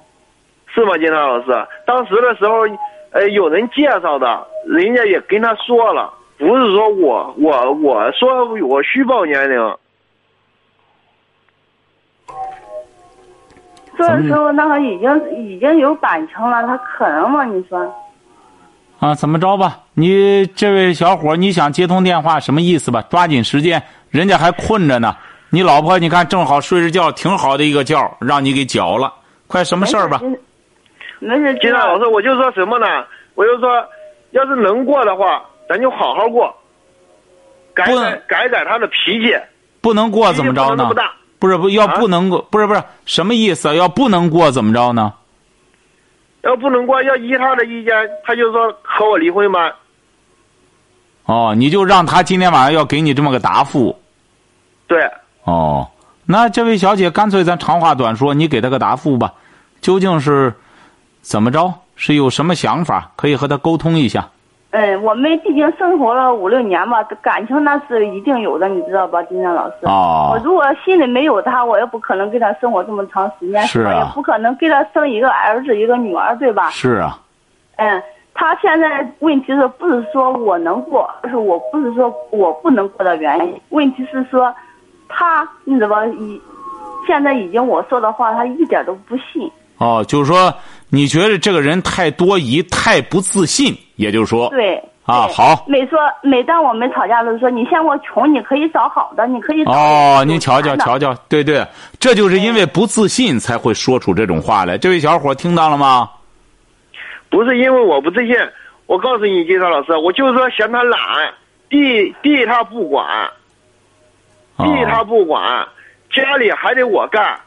是吗，金山老师？当时的时候，呃，有人介绍的，人家也跟他说了，不是说我我我说我虚报年龄，做的时候那个已经已经有感情了，他可能吗？你说？啊，怎么着吧？你这位小伙儿，你想接通电话什么意思吧？抓紧时间，人家还困着呢。你老婆，你看正好睡着觉，挺好的一个觉，让你给搅了。快什么事哎儿吧？没事，金山老师，我就说什么呢？我就说，要是能过的话，咱就好好过，改改改改他的脾气。不能过怎么脾气着不能那呢么大？不是不要不能过，不是不是什么意思？要不能过怎么着呢？要不能过，要依他的意见，他就说和我离婚吧。哦，你就让他今天晚上要给你这么个答复。对，哦，那这位小姐，干脆咱长话短说，你给她个答复吧。究竟是怎么着？是有什么想法？可以和她沟通一下。嗯，我们毕竟生活了五六年吧，感情那是一定有的，你知道吧，金山老师？哦我如果心里没有他，我也不可能跟他生活这么长时间，是啊我也不可能给他生一个儿子一个女儿，对吧？是啊，嗯，他现在问题是不是说我能过，而是我不是说我不能过的原因，问题是说他你怎么一现在已经我说的话他一点都不信，哦，就是说你觉得这个人太多疑、太不自信，也就是说，对。啊，好，每说每当我们吵架的时候，你嫌我穷，你可以找好的，你可以找哦，您瞧瞧，男的瞧瞧，对对，这就是因为不自信才会说出这种话来。这位小伙听到了吗？不是因为我不自信，我告诉你，金山老师，我就是说嫌他懒，地地他不管，哦嗯哦地他不管，家里还得我干，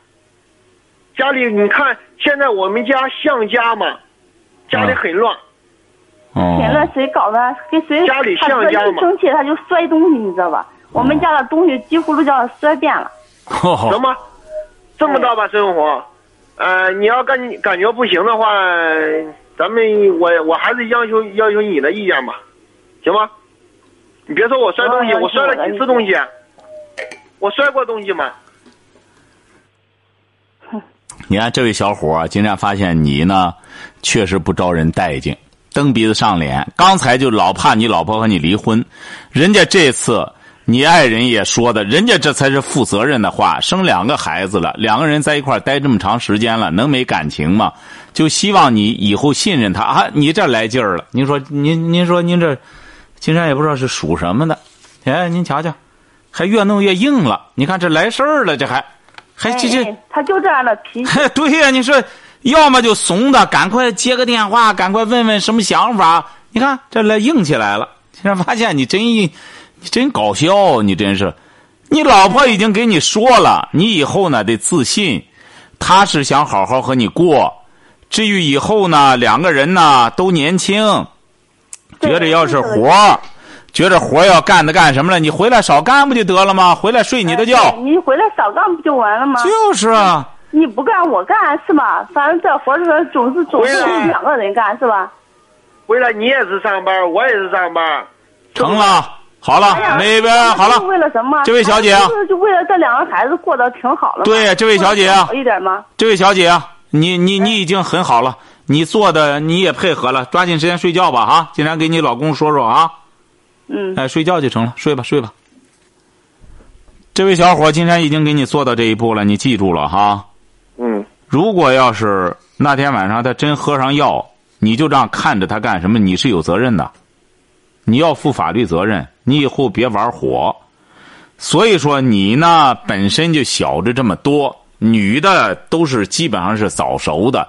家里你看现在我们家像家嘛，家里很乱，哦舔乱谁搞的？给谁？家里像他家一嘛生气他就摔东西，你知道吧？我哦们家的东西几乎都叫他摔遍了。什么这么大把生活，呃，你要感感觉不行的话，咱们我我还是要求要求你的意见吧，行吗？你别说我摔东西，我要我摔求我了的几次东西，啊我摔过东西吗？你看这位小伙儿，今天发现你呢，确实不招人待见，蹬鼻子上脸。刚才就老怕你老婆和你离婚，人家这次你爱人也说的，人家这才是负责任的话。生两个孩子了，两个人在一块儿待这么长时间了，能没感情吗？就希望你以后信任他啊！你这来劲儿了，您说您您说您这，金山也不知道是属什么的，哎，您瞧瞧，还越弄越硬了。你看这来事儿了，这还还这这。哎他就这样的脾气。嘿 对呀、你说，要么就怂的，赶快接个电话，赶快问问什么想法。你看这来硬起来了，现在发现你真硬，你真搞笑，你真是。你老婆已经给你说了，你以后呢得自信，她是想好好和你过。至于以后呢，两个人呢都年轻，觉着要是活儿，觉着活儿要干的干什么了，你回来少干不就得了吗？回来睡你的觉。哎你回来少干不就完了吗？就是啊。你不干我干是吧？反正这活儿是总是总是回来两个人干是吧？回来你也是上班，我也是上班，成了，好哎呀了，那边嗯啊好就是为了。了什么？这位小姐啊他就是就为了这两个孩子过得挺好了嘛。对这位小姐啊过得好一点吗？这位小姐啊，你你你已经很好了，你做的你也配合了，抓紧时间睡觉吧啊！经常给你老公说说啊，嗯，哎，睡觉就成了，睡吧睡吧。这位小伙儿，金山已经给你做到这一步了，你记住了哈。嗯，如果要是那天晚上他真喝上药，你就这样看着他干什么，你是有责任的，你要负法律责任，你以后别玩火。所以说你呢本身就小着这么多，女的都是基本上是早熟的，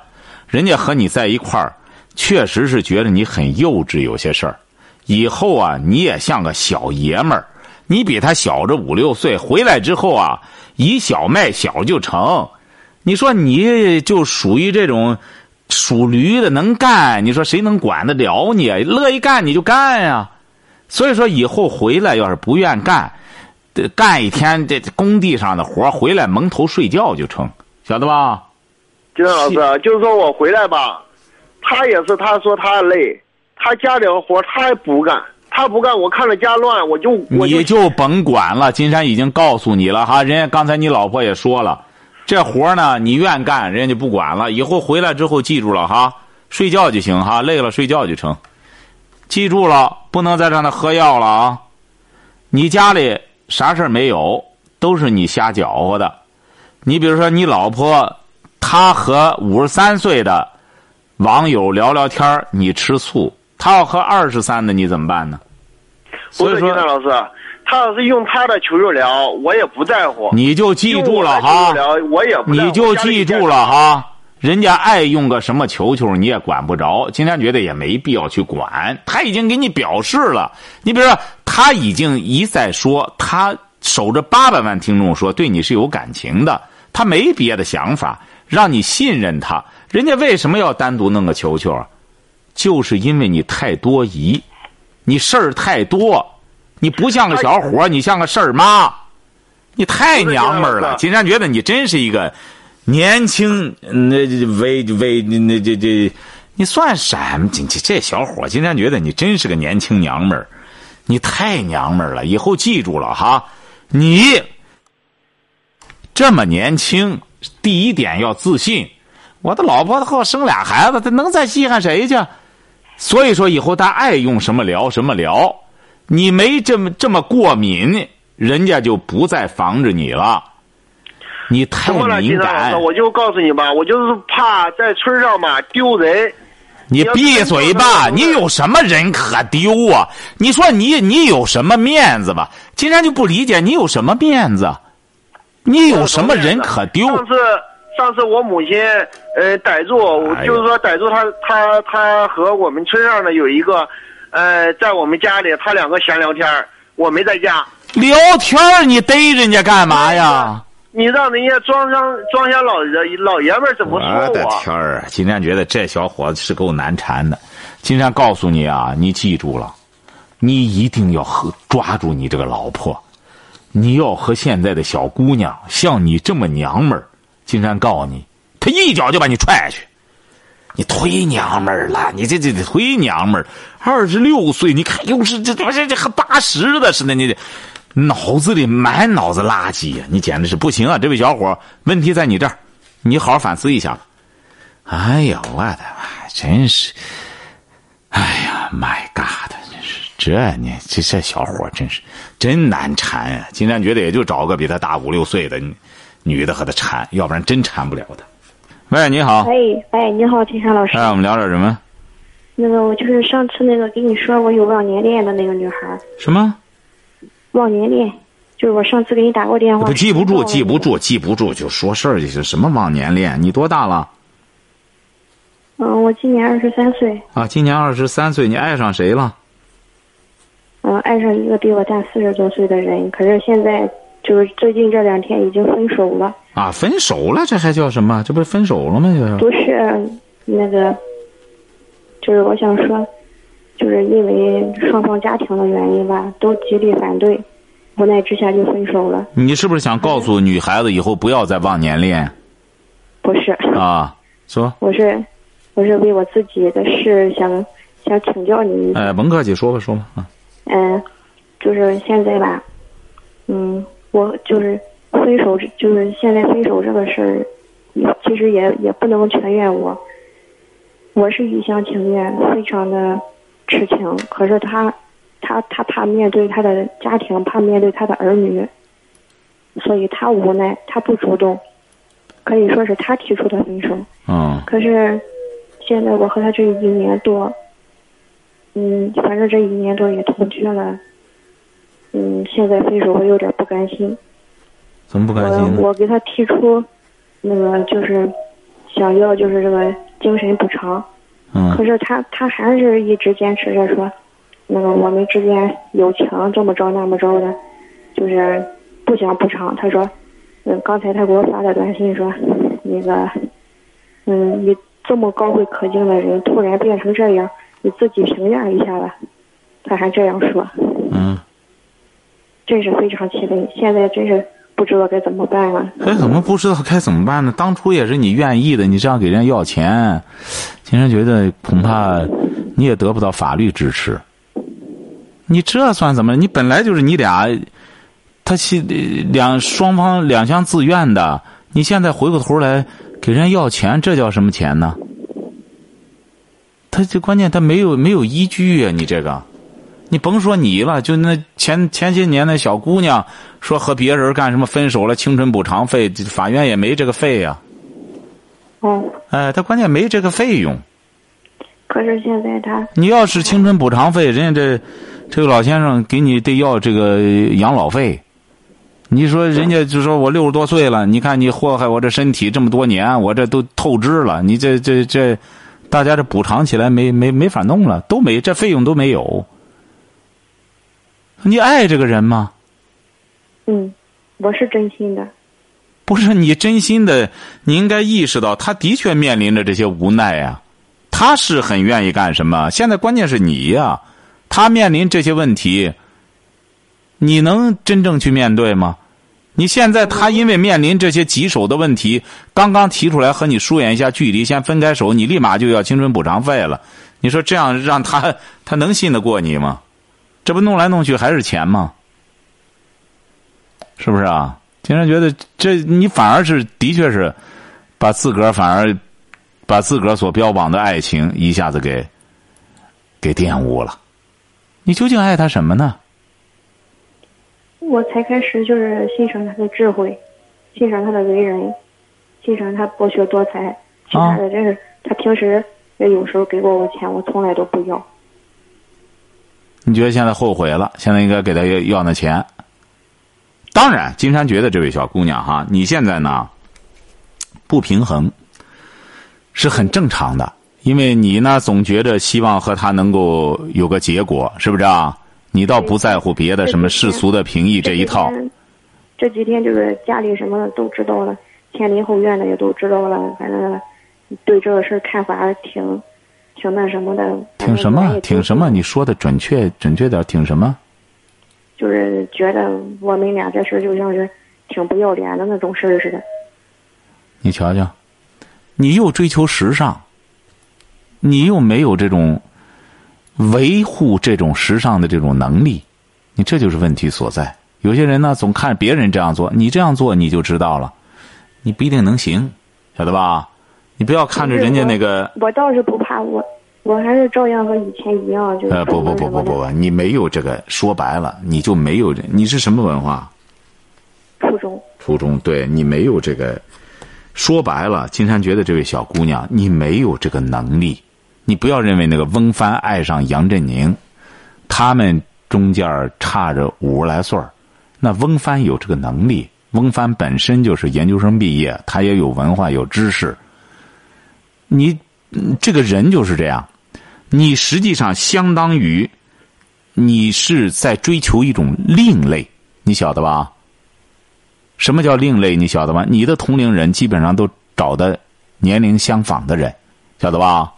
人家和你在一块儿，确实是觉得你很幼稚，有些事儿。以后啊，你也像个小爷们儿，你比他小着五六岁，回来之后啊，以小卖小就成。你说你就属于这种属驴的，能干，你说谁能管得了你啊？乐意干你就干呀、所以说以后回来要是不愿干，得干一天这工地上的活儿回来蒙头睡觉就成，晓得吧？金山老师啊，就是说我回来吧，他也是，他说他累，他家里的活儿他也不干，他不干，我看着家乱，我就我你就甭管了，金山已经告诉你了哈，人家刚才你老婆也说了，这活儿呢你愿干，人家就不管了。以后回来之后记住了哈，睡觉就行哈，累了睡觉就成。记住了，不能再让他喝药了啊！你家里啥事儿没有，都是你瞎搅和的。你比如说，你老婆她和五十三岁的网友聊聊天儿你吃醋；她要和二十三的，你怎么办呢？不所以是说金山老师，啊他要是用他的求求聊，我也不在乎。你就记住了用哈我的求求聊，我也不在乎你就记住了哈。人家爱用个什么球球，你也管不着。金山觉得也没必要去管，他已经给你表示了。你比如说，他已经一再说，他守着八百万听众说对你是有感情的，他没别的想法，让你信任他。人家为什么要单独弄个球球啊？就是因为你太多疑，你事儿太多，你不像个小伙儿，你像个事儿妈。你太娘们儿了，金山觉得你真是一个年轻嗯那为为那这这，你算什么？这这这小伙儿，金山觉得你真是个年轻娘们儿，你太娘们儿了。以后记住了哈，你这么年轻，第一点要自信。我的老婆后生俩孩子，她能再稀罕谁去？所以说以后她爱用什么聊什么聊，你没这么这么过敏，人家就不再防着你了。你太什么了，敏金山老感师，，我就告诉你吧，我就是怕在村上吧丢人。你闭嘴吧！你有什么人可丢啊？你说你你有什么面子吧？金山就不理解你有什么面子，你有什么人可丢？上次上次我母亲呃逮住，我哎呀就是说逮住她她她和我们村上的有一个，呃，在我们家里，他两个闲聊天儿我没在家。聊天儿你逮人家干嘛呀？你让人家庄商庄家老爷老爷们儿怎么我说的我？天儿！金山觉得这小伙子是够难缠的。金山告诉你啊，你记住了，你一定要和抓住你这个老婆，你要和现在的小姑娘像你这么娘们儿。金山告诉你，他一脚就把你踹下去。你忒娘们儿了，你这这这忒娘们儿！二十六岁，你看又是这这这这和八十的似的，你这脑子里满脑子垃圾呀、你简直是不行啊！这位小伙儿，问题在你这儿，你好好反思一下吧。哎呀，我的妈，真是！哎呀，My God，真是这你这这小伙儿真是真难缠啊！金山觉得也就找个比他大五六岁的女女的和他缠，要不然真缠不了他。喂，你好。哎哎，你好，金山老师。哎，我们聊点什么？那个，我就是上次那个跟你说我有忘年恋的那个女孩儿，什么？忘年恋，就是我上次给你打过电话不，记不住，记不住，记不住，就说事儿就是什么忘年恋？你多大了？嗯，我今年二十三岁，啊，今年二十三岁，你爱上谁了？嗯，爱上一个比我大四十多岁的人，可是现在就是最近这两天已经分手了，啊，分手了，这还叫什么？这不是分手了吗？这不是那个，就是我想说，就是因为双方家庭的原因吧，都极力反对，无奈之下就分手了，你是不是想告诉女孩子以后不要再忘年恋不是。啊？说，我是我是为我自己的事想想请教你，哎，甭客气，说吧，说吧，啊，嗯、就是现在吧，嗯，我就是分手，就是现在分手这个事儿，也其实也也不能全怨我，我是一厢情愿，非常的痴情，可是他他他怕面对他的家庭，怕面对他的儿女，所以他无奈，他不主动，可以说是他提出的分手。嗯，可是现在我和他这一年多，嗯，反正这一年多也同居了，嗯，现在分手我有点不甘心。怎么不甘心呢？我我给他提出，那个就是想要就是这个精神补偿，嗯可是他他还是一直坚持着说，那个我们之间友情这么着那么着的，就是不想补偿。他说，嗯，刚才他给我发的短信说，那个，嗯，你这么高贵可敬的人，突然变成这样，你自己评价一下吧。他还这样说，嗯，真是非常气愤。现在真是不知道该怎么办了。 哎，怎么不知道该怎么办呢？当初也是你愿意的，你这样给人家要钱，金山觉得恐怕你也得不到法律支持。你这算怎么？你本来就是你俩，他是两双方两厢自愿的，你现在回过头来给人家要钱，这叫什么钱呢？他这关键他没有没有依据啊！你这个，你甭说你了，就那前前些年那小姑娘说和别人干什么分手了，青春补偿费，这法院也没这个费呀、嗯，哎，他关键没这个费用。可是现在他你要是青春补偿费，人家这这个老先生给你得要这个养老费。你说人家就说我六十多岁了，你看你祸害我这身体这么多年，我这都透支了，你这这这，大家这补偿起来没没没法弄了，都没这费用都没有。你爱这个人吗？嗯，我是真心的。不是你真心的，你应该意识到，他的确面临着这些无奈呀、他是很愿意干什么，现在关键是你呀、他面临这些问题，你能真正去面对吗？你现在他因为面临这些棘手的问题，刚刚提出来和你疏远一下距离，先分开手，你立马就要青春补偿费了。你说这样让他他能信得过你吗？这不弄来弄去还是钱吗？是不是啊？经常觉得这你反而是的确是把自个儿反而把自个儿所标榜的爱情一下子给给玷污了。你究竟爱他什么呢？我才开始就是欣赏他的智慧，欣赏他的为人，欣赏他博学多才。其啊他的真是，他平时也有时候给过我钱，我从来都不要。你觉得现在后悔了？现在应该给他要要那钱。当然，金山觉得这位小姑娘哈，你现在呢不平衡是很正常的，因为你呢总觉着希望和他能够有个结果，是不是啊？你倒不在乎别的什么世俗的评议这一套。嗯这几天就是家里什么的都知道了，前邻后院的也都知道了，反正对这个事儿看法挺挺那什么的。挺什么？挺什么？你说的准确准确点，挺什么？就是呃觉得我们俩这事儿就像是挺不要脸的那种事儿似的。你瞧瞧，你又追求时尚，你又没有这种维护这种时尚的这种能力，你这就是问题所在。有些人呢，总看别人这样做，你这样做你就知道了，你不一定能行，晓得吧？你不要看着人家那个，我倒是不怕我，我还是照样和以前一样，就是呃，不不不不不不，你没有这个，说白了你就没有这，你是什么文化？初中，初中，对你没有这个，说白了，金山觉得这位小姑娘，你没有这个能力，你不要认为那个翁帆爱上杨振宁，他们中间差着五十来岁儿。那翁帆有这个能力，翁帆本身就是研究生毕业，他也有文化有知识。你这个人就是这样，你实际上相当于你是在追求一种另类，你晓得吧？什么叫另类？你晓得吗？你的同龄人基本上都找的年龄相仿的人，晓得吧？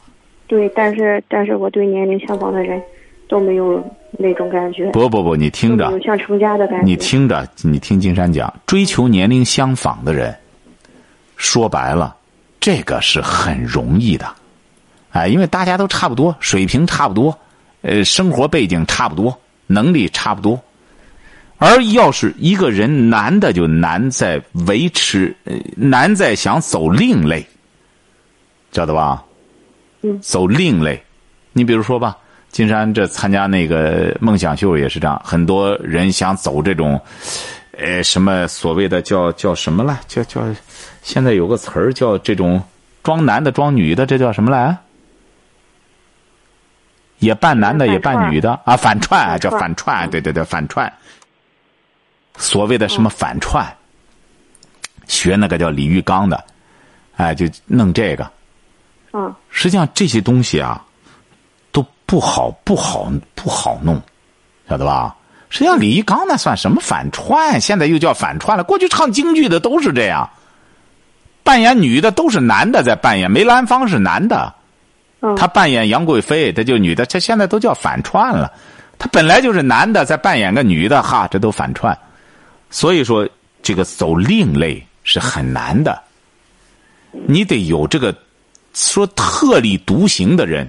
对，但是但是我对年龄相仿的人都没有那种感觉。不不不，你听着，有像成家的感觉。你听着，你听金山讲，追求年龄相仿的人，说白了，这个是很容易的，哎，因为大家都差不多，水平差不多，呃，生活背景差不多，呃能力差不多。而要是一个人难的，就难在维持，呃难在想走另类，晓得吧？嗯，走另类。你比如说吧，金山这参加那个梦想秀也是这样，很多人想走这种，呃，什么所谓的叫叫什么来，叫叫，现在有个词儿叫这种装男的装女的，这叫什么来、啊也扮男的也扮女的啊，反串啊叫反串，对对对，反串。所谓的什么反串，学那个叫李玉刚的，哎，就弄这个。嗯，实际上这些东西啊，都不好，不好，不好弄，晓得吧？实际上李玉刚那算什么反串？现在又叫反串了。过去唱京剧的都是这样，扮演女的都是男的在扮演，梅兰芳是男的，嗯他扮演杨贵妃，这就女的，这现在都叫反串了。他本来就是男的，再扮演个女的，哈，这都反串。所以说，这个走另类是很难的，你得有这个说特立独行的人，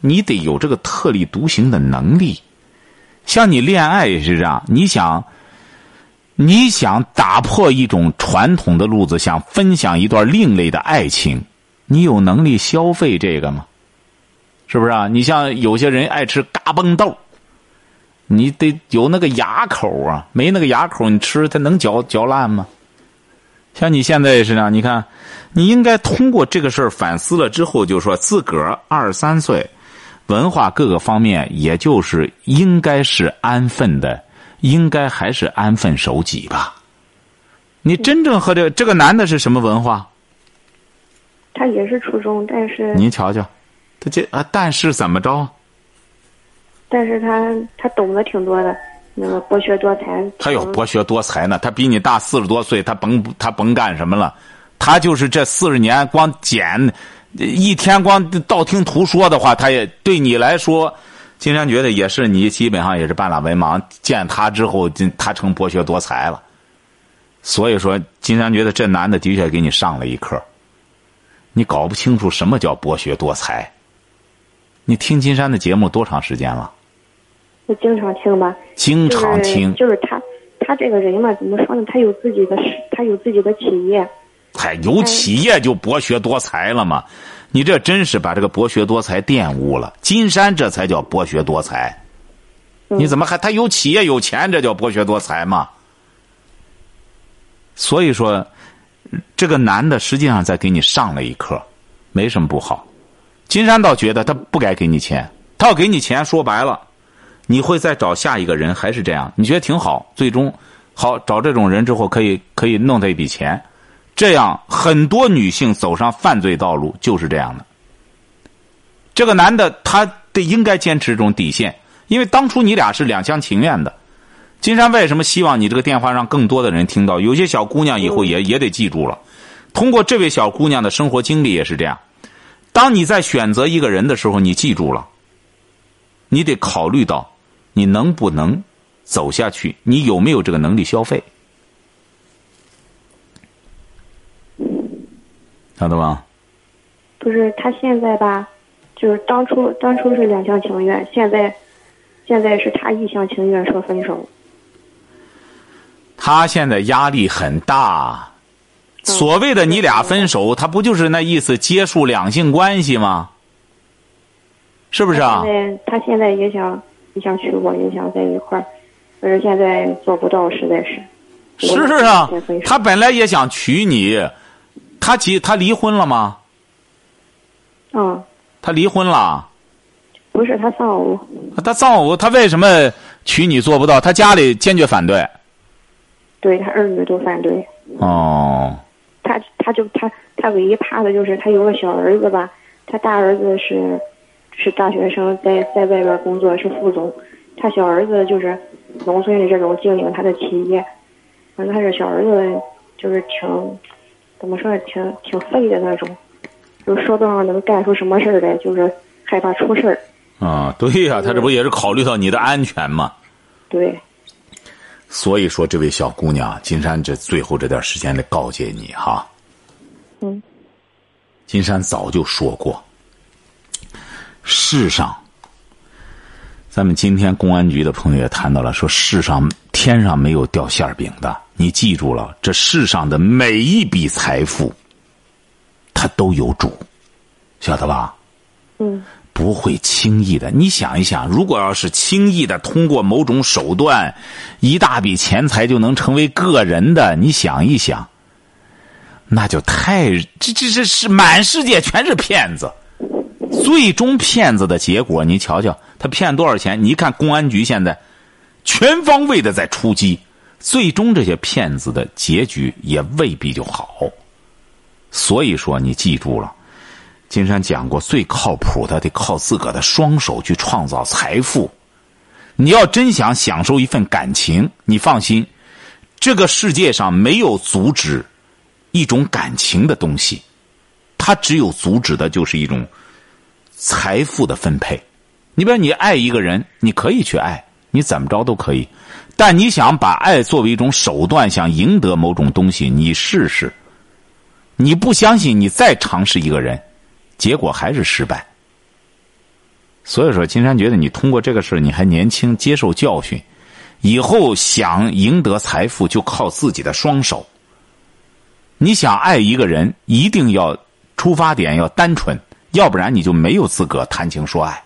你得有这个特立独行的能力。像你恋爱也是这样，你想，你想打破一种传统的路子，想分享一段另类的爱情，你有能力消费这个吗？是不是啊？你像有些人爱吃嘎嘣豆，你得有那个牙口啊，没那个牙口，你吃它能嚼嚼烂吗？像你现在也是这样，你看，你应该通过这个事儿反思了之后，就说自个儿二三岁，文化各个方面，也就是应该是安分的，应该还是安分守己吧。你真正和这这个男的是什么文化？他也是初中，但是您瞧瞧，他这啊，但是怎么着？但是他他懂得挺多的，那个博学多才。他有博学多才呢，他比你大四十多岁，他甭他甭干什么了，他就是这四十年光捡，一天光道听途说的话，他也对你来说，金山觉得也是你基本上也是半拉文盲，见他之后，这他成博学多才了，所以说金山觉得这男的的确给你上了一课，你搞不清楚什么叫博学多才。你听金山的节目多长时间了？我经常听吧，经常听就是就是他，他这个人嘛，怎么说呢？他有自己的事，他有自己的企业，嗨，有企业就博学多才了嘛？你这真是把这个博学多才玷污了。金山这才叫博学多才，你怎么还他有企业有钱，这叫博学多才吗？所以说，这个男的实际上在给你上了一课，没什么不好。金山倒觉得他不该给你钱，他要给你钱，说白了，你会再找下一个人，还是这样？你觉得挺好，最终好找这种人之后，可以可以弄他一笔钱，这样很多女性走上犯罪道路就是这样的。这个男的他得应该坚持这种底线，因为当初你俩是两厢情愿的，金山为什么希望你这个电话让更多的人听到？有些小姑娘以后也也得记住了。通过这位小姑娘的生活经历也是这样。当你在选择一个人的时候，你记住了，你得考虑到你能不能走下去，你有没有这个能力消费，晓得吧？不是他现在吧，就是当初当初是两厢情愿，现在现在是他一厢情愿说分手。他现在压力很大。所谓的你俩分手，他不就是那意思结束两性关系吗？是不是啊？他现在他现在也想也想娶我，也想在一块儿，可是现在做不到，实在是。是啊，他本来也想娶你，他结他离婚了吗？嗯，他离婚了。不是他丧偶。他丧偶，他为什么娶你做不到？他家里坚决反对。对他儿女都反对。哦。他他就他他唯一怕的就是他有个小儿子吧，他大儿子是是大学生，在在外边工作是副总，他小儿子就是农村的这种经营他的企业，反正他这小儿子就是挺怎么说呢，挺挺废的那种，就是说不上能干出什么事儿来，就是害怕出事儿。啊，对呀、他这不也是考虑到你的安全吗？对，所以说，这位小姑娘，金山这最后这段时间来告诫你哈。嗯。金山早就说过，世上，咱们今天公安局的朋友也谈到了，说世上天上没有掉馅儿饼的，你记住了，这世上的每一笔财富，它都有主，晓得吧？嗯。不会轻易的。你想一想，如果要是轻易的通过某种手段，一大笔钱财就能成为个人的，你想一想，那就太这这这是满世界全是骗子。最终骗子的结果，你瞧瞧，他骗多少钱？你一看公安局现在全方位的在出击，最终这些骗子的结局也未必就好。所以说，你记住了。金山讲过，最靠谱的得靠自个儿的双手去创造财富。你要真想享受一份感情，你放心，这个世界上没有阻止一种感情的东西，它只有阻止的就是一种财富的分配。你比如你爱一个人，你可以去爱，你怎么着都可以，但你想把爱作为一种手段，想赢得某种东西，你试试。你不相信，你再尝试一个人。结果还是失败。所以说，金山觉得你通过这个事你还年轻，接受教训，以后想赢得财富就靠自己的双手。你想爱一个人，一定要出发点要单纯，要不然你就没有资格谈情说爱。